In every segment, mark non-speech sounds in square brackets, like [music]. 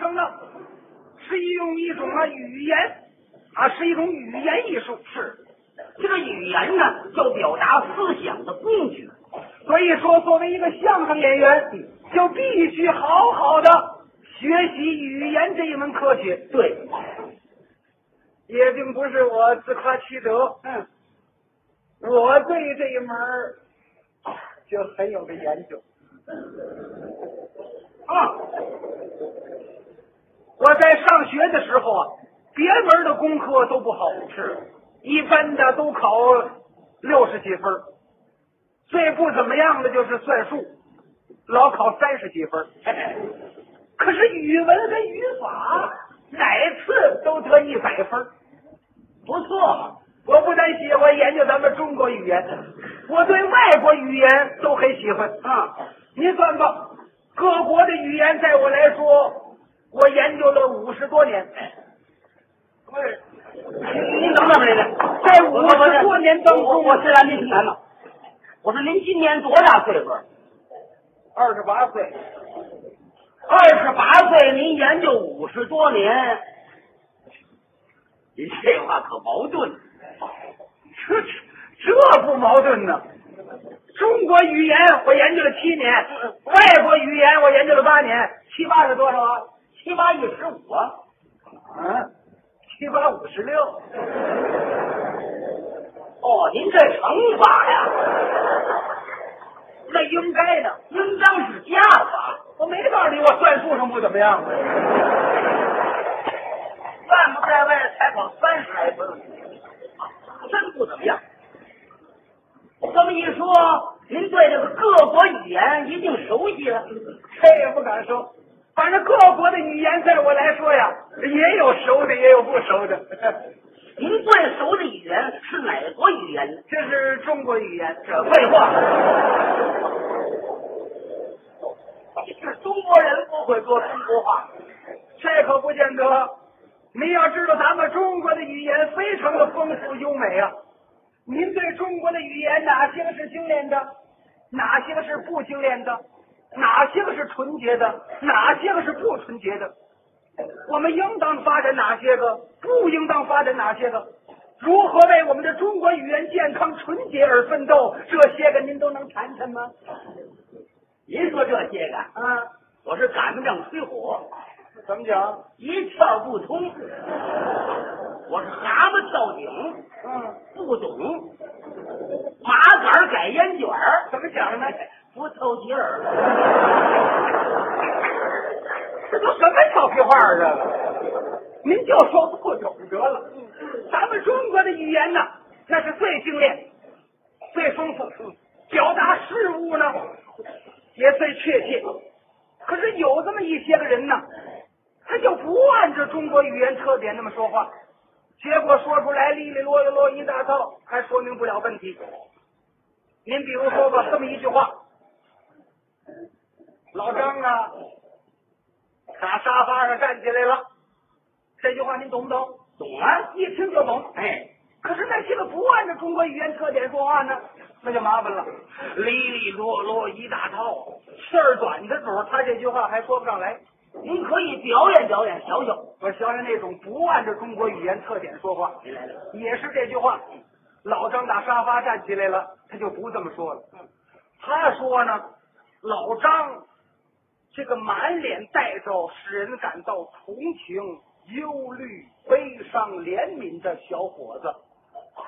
更愣，是一用一种啊语言啊，是一种语言艺术。是，这个语言呢，就表达思想的工具。所以说，作为一个相声演员，就必须好好的学习语言这一门科学。对，也并不是我自夸其德，嗯，我对这一门儿就很有个研究。啊，我在上学的时候啊，别门的功课都不好，是一般的都考六十几分儿，最不怎么样的就是算术，老考三十几分儿。可是语文跟语法哪次都得一百分儿，不错，我不但喜欢研究咱们中国语言，我对外国语言都很喜欢啊。您算吧，各国的语言在我来说，我研究了五十多年。不是，您等等，这个在五十多年当我中，我虽然没听完呢，我说您今年多大岁数？二十八岁，二十八岁，您研究五十多年，您这话可矛盾。这这不矛盾呢。中国语言我研究了七年，外国语言我研究了八年，七八是多少啊？七八一十五啊，嗯，七八五十六。哦，您这乘法呀，那应该的，应当是加法，我没告诉你，我算术上不怎么样。在不在外采访三十来分，啊真不怎么样。这么一说，您对这个各国语言一定熟悉了。这也不敢说。反正各国的语言，在我来说呀，也有熟的，也有不熟的。您最熟的语言是哪国语言呢？这是中国语言，这废话，你是中国人不会说中国话，这可不见得。您要知道，咱们中国的语言非常的丰富优美啊。您对中国的语言哪些是精炼的，哪些是不精炼的，哪些是纯洁的，哪些是不纯洁的？我们应当发展哪些个，不应当发展哪些个？如何为我们的中国语言健康纯洁而奋斗？这些个您都能谈谈吗？您说这些个，啊，我是擀面杖吹火，怎么讲？一窍不通。我是蛤蟆跳井，嗯，不懂。麻杆改烟卷儿，怎么讲呢？不凑齐耳。这都什么俏皮话啊？这个，您就说不懂得了。咱们中国的语言呢，那是最精炼、最丰富，表达事物呢也最确切。可是有这么一些个人呢，他就不按照中国语言特点那么说话，结果说出来哩哩啰啰啰一大套，还说明不了问题。您比如说吧，这么一句话：“老张啊，打沙发上站起来了。这句话您懂不懂？懂啊？一听就懂。哎，可是那些个不按照中国语言特点说话呢，那就麻烦了，哩哩啰啰一大套。气儿短的主儿，他这句话还说不上来。您可以表演表演，瞧瞧。我想想那种不按照中国语言特点说话，您来了，也是这句话。老张打沙发站起来了，他就不这么说了。他说呢，老张这个满脸带着使人感到同情、忧虑、悲伤、怜悯的小伙子，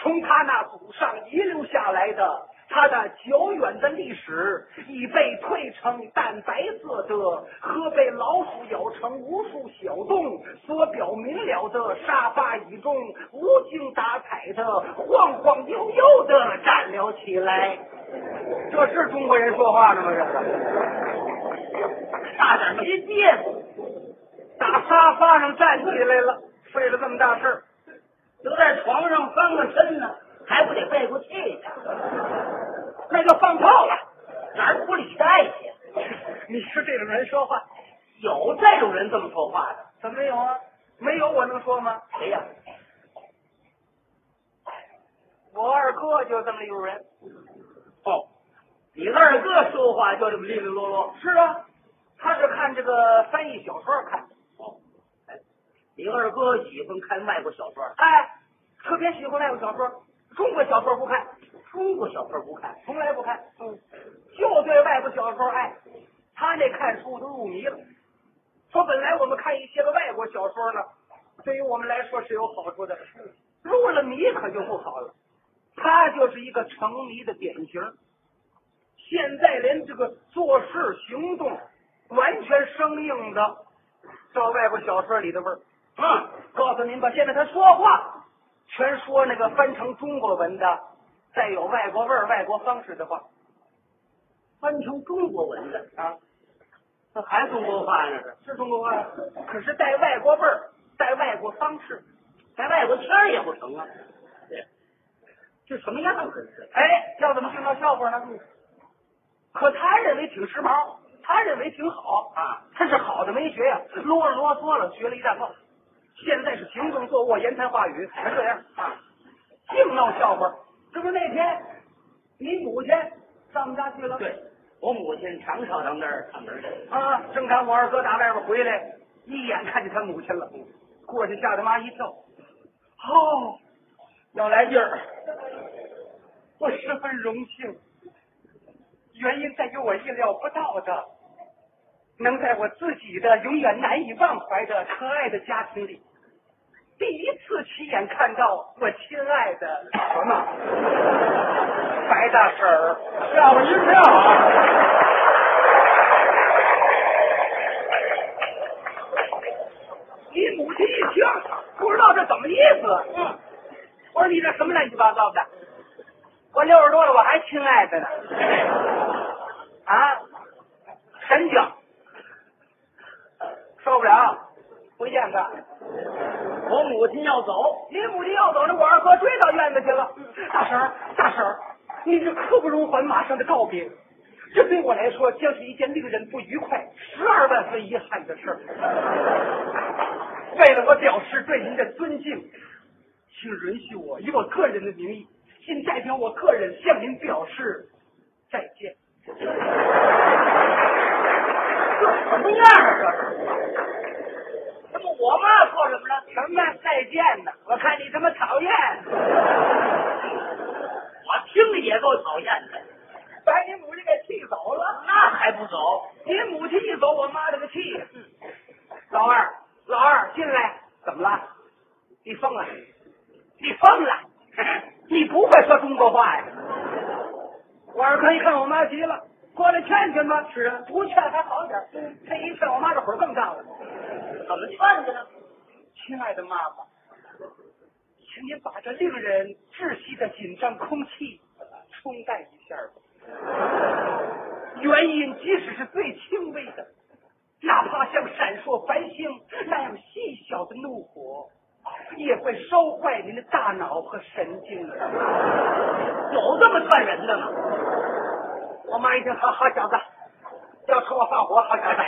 从他那祖上遗留下来的他那久远的历史，已被褪成淡白色的和被老鼠咬成无数小洞所表明了的沙发椅中无精打采的晃晃悠悠的站了起来。这是中国人说话呢吗？这是差点没憋死。打沙发上站起来了，费了这么大事儿。就在床上翻个身呢，还不得背过气去？那就放炮了。哪儿不理带去？你是这种人说话，有这种人这么说话的？怎么没有啊？没有我能说吗？谁呀、我二哥就这么一种人。哦，你二哥说话就这么利利落落。是啊，他是看这个翻译小说看的。哦，你二哥喜欢看外国小说，哎，特别喜欢外国小说，中国小说不看，中国小说不看，从来不看，嗯，就对外国小说爱。他那看书都入迷了。说本来我们看一些个外国小说呢，对于我们来说是有好处的，入了迷可就不好了。他就是一个沉迷的典型。现在连这个做事行动完全生硬的，照外国小说里的味儿。啊，告诉您吧，现在他说话全说那个翻成中国文的，带有外国味儿、外国方式的话翻成中国文的，啊，那还中国话呢？是是中国话，可是带外国味儿、带外国方式。在外国天儿也不成啊，对，这什么样子是？哎，要怎么制造效果呢？可他认为挺时髦，他认为挺好啊，他是好的没学呀，啰里啰嗦了，学了一大套。现在是行动坐卧、言谈话语，全这样啊，净闹笑话。这不那天你母亲上我们家去了，对我母亲常上咱们那儿串门去，啊，正赶我二哥打外边回来，一眼看见他母亲了，过去吓他妈一跳，哦，要来劲儿，我十分荣幸，原因在于我意料不到的，能在我自己的永远难以忘怀的可爱的家庭里，第一次亲眼看到我亲爱的什么白大婶儿，吓我一跳啊！你母亲一听不知道这怎么意思。嗯，我说你这什么乱七八糟的？我六十多了，我还亲爱的呢。啊，神经，受不了，不见他。我母亲要走，你母亲要走了，我二哥追到院子去了。大婶儿，大婶儿，你这刻不容缓马上的告别，这对我来说将是一件令人不愉快、十二万分遗憾的事儿。为了我表示对您的尊敬，请允许我以我个人的名义，仅代表我个人向您表示再见。这什么样啊？这是？那么我妈说什么了？什么再见呢？我看你他妈讨厌，我听着也够讨厌的， [laughs] 把你母亲给气走了。那还不走？你母亲一走，我妈了个气！老二，老二进来，怎么了？你疯了？你疯了？ [laughs] 你不会说中国话呀？我二哥一看我妈急了，过来劝劝吧。是啊，不劝还好点儿，这一劝我妈这火更大了。怎么劝的呢？亲爱的妈妈，请您把这令人窒息的紧张空气呃冲淡一下吧。原因即使是最轻微的，哪怕像闪烁繁星那样细小的怒火，也会烧坏您的大脑和神经的。有这么劝人的吗？我妈一听，好好小子，要冲我放火，好小子，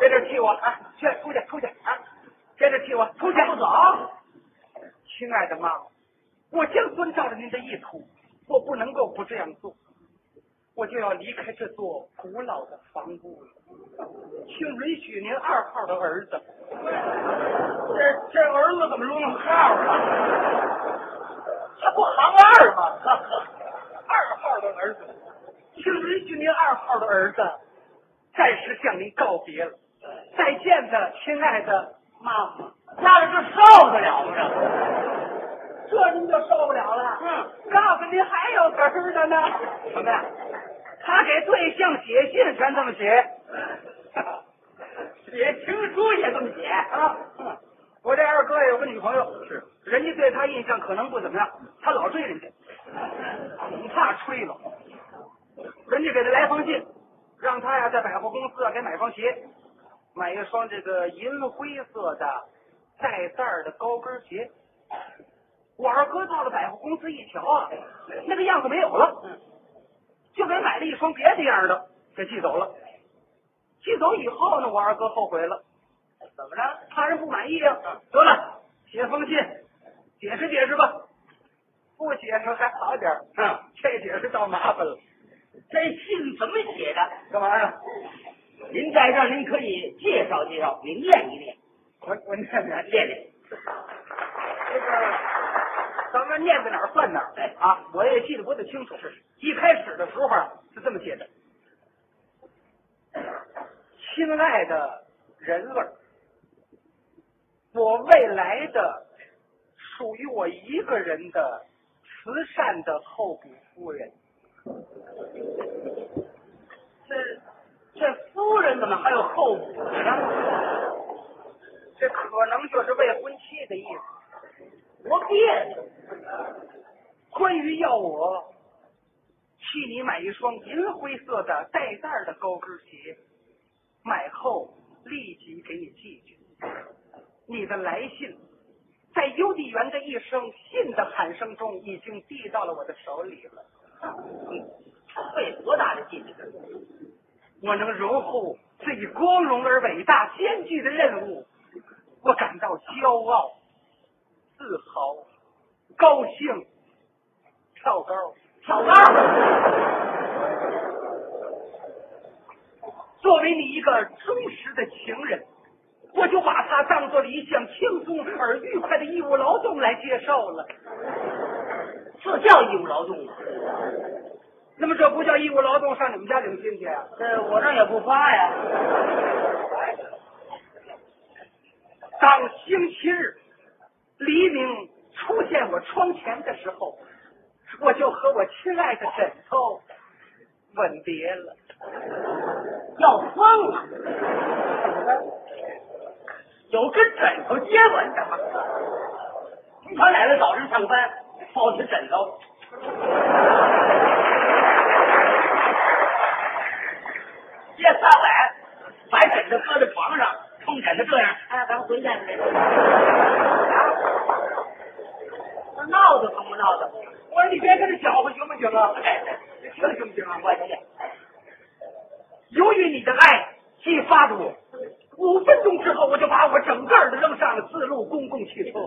别这气我啊！去，出去，出去啊！别这气我，出去，不走。亲爱的妈妈，我将遵照着您的意图，我不能够不这样做，我就要离开这座古老的房屋了。请允许您二号的儿子，这这儿子怎么弄号啊？他不行二吗？ [laughs] 二号的儿子，请允许您二号的儿子暂时向您告别了，再见的，亲爱的妈妈。那这受得了吗？这？这您就受不了了。嗯，告诉您还有词儿的呢。什么呀？他给对象写信全这么写。写情书也这么写啊，我这二哥有个女朋友，是人家对他印象可能不怎么样，他老追人家，恐怕吹了。人家给他来封信，让他呀在百货公司啊给买双鞋，买一双这个银灰色的带带儿的高跟鞋。我二哥到了百货公司一瞧啊，那个样子没有了，就给买了一双别的样儿的，给寄走了。寄走以后呢，我二哥后悔了。怎么着？怕人不满意呀、得了，写封信，解释解释吧。不解释还好点儿，嗯，这解释倒麻烦了。这信怎么写的？干嘛呀？您在这儿，您可以介绍介绍，您念一念。我我念念练练。这个，咱们念到哪儿算哪儿。哎啊，我也记得不太清楚。是一开始的时候啊是这么写的：亲爱的人儿，我未来的属于我一个人的慈善的候补夫人，这这夫人怎么还有后补呢？这可能就是未婚妻的意思。多别扭！关于要我替你买一双银灰色的带带儿的高跟鞋，买后立即给你寄去。你的来信在邮递员的一声信的喊声中，已经递到了我的手里了。费多大的劲？我能荣获这一光荣而伟大、艰巨的任务，我感到骄傲、自豪、高兴、跳高。跳高！作为你一个忠实的情人，我就把它当做了一项轻松而愉快的义务劳动来接受了。这叫义务劳动吗？那么这不叫义务劳动，上你们家领薪去啊？这我这也不发呀。当星期日黎明出现我窗前的时候，我就和我亲爱的枕头吻别了。要疯了！有根枕头接吻的吗？他奶奶早晨上班抱起枕头，接仨碗，把枕头搁在床上，冲枕头这样，哎，咱们回家去。那闹得疼不闹得？我说你别跟他搅和行不行啊？哎，行行不行啊？我去。由于你的爱激发了我，五分钟之后我就把我整个儿的扔上了自路公共汽车。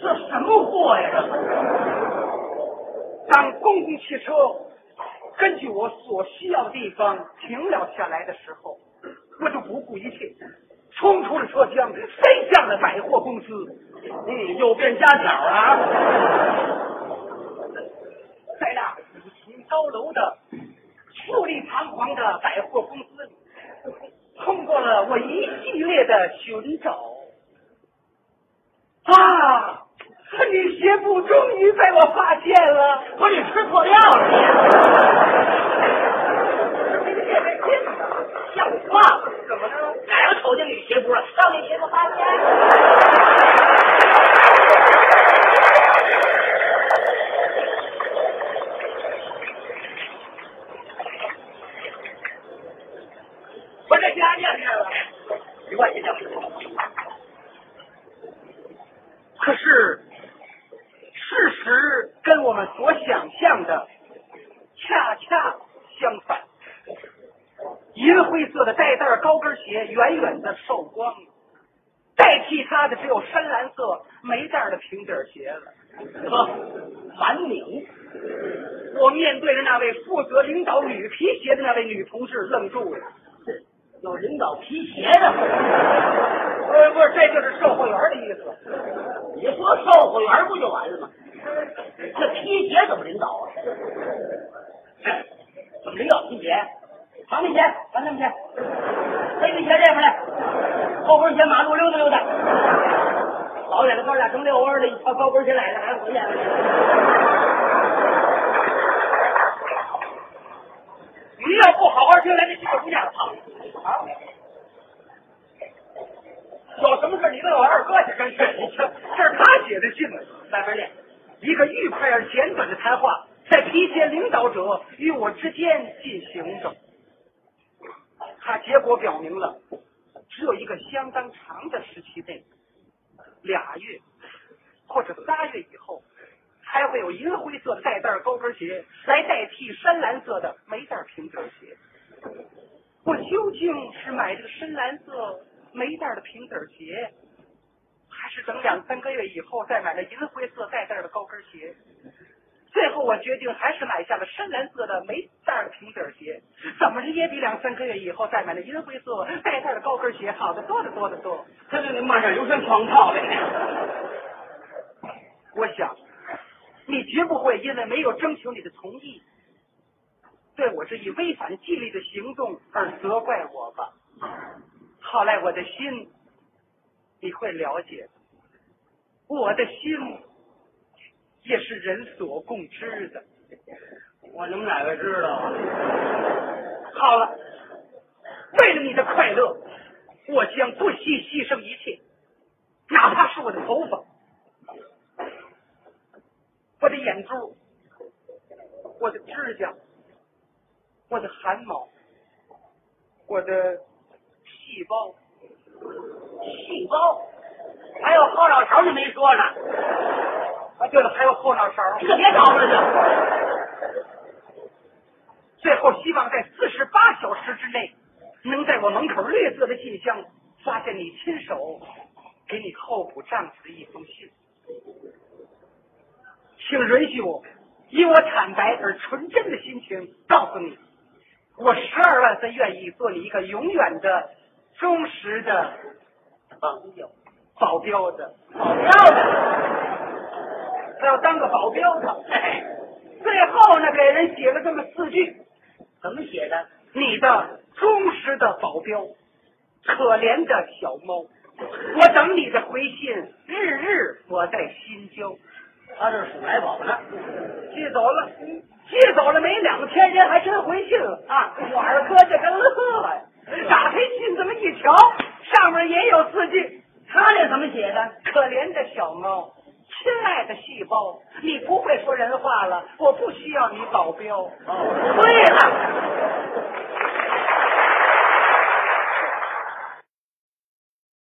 这什么货呀？这当公共汽车根据我所需要的地方停了下来的时候，我就不顾一切冲出了车厢，飞向了百货公司。嗯，又变家巧了啊！在那五层高楼的富丽堂皇的百货公司里，通过了我一系列的寻找，啊，你鞋布终于被我发现了。不是你吃错药了你，像话吗？怎么了？哪个瞅见你鞋布了？让你鞋布发现。我这家念念了，一块钱两块钱。可是，事实跟我们所想象的恰恰相反。银灰色的带带高跟鞋远远的售光了，代替它的只有深蓝色没带的平底鞋了。呵，蛮拧。我面对着那位负责领导女皮鞋的那位女同事愣住了。有领导皮鞋的，不是不是，这就是售货员的意思。你说售货员不就完了吗？这皮鞋怎么领导啊？怎么领导皮鞋？长皮鞋，咱们去，黑皮鞋这边来，高跟鞋马路溜达溜达。老远的哥俩正遛弯的，一瞧高跟鞋来了，还回来了。你要不好好听，来这几个姑娘啊！有什么事你问我二哥去，真是这这是他写的信呢。慢慢练，一个愉快而简短的谈话，在皮鞋领导者与我之间进行着。它结果表明了，只有一个相当长的时期内，俩月或者仨月以后，才会有银灰色的带带高跟鞋来代替深蓝色的没带平底鞋。我究竟是买这个深蓝色没带的平底鞋，还是等两三个月以后再买了银灰色带带的高跟鞋？最后我决定还是买下了深蓝色的没带儿的平底儿鞋，怎么着也得两三个月以后再买那银灰色带带儿的高跟鞋，好的多得多得多。他就得骂上留神狂套来。我想，你绝不会因为没有征求你的同意，对我这一违反纪律的行动而责怪我吧？好赖我的心，你会了解，我的心也是人所共知的。我你们哪个知道啊？好了，为了你的快乐，我将不惜牺牲一切，哪怕是我的头发、我的眼珠、我的指甲、我的汗毛、我的细胞。细胞，还有后脑勺你没说呢，啊，对了，还有后脑勺。你可别捣乱了。最后，希望在四十八小时之内，能在我门口绿色的信箱发现你亲手给你候补丈夫的一封信。请允许我以我坦白而纯真的心情告诉你，我十二万分愿意做你一个永远的、忠实的朋友，保镖的，保镖的，他要当个保镖的。 [laughs] 最后呢，给人写了这么四句。怎么写的？你的忠实的保镖，可怜的小猫，我等你的回信，日日我在心焦。他这是数来宝呢。寄走了，寄走了没两天，人还真回信了啊！我二哥这个乐呀，打开信这么一瞧，上面也有四句。他这怎么写的？可怜的小猫，亲爱的细胞，你不会说人话了，我不需要你保镖。哦，对了，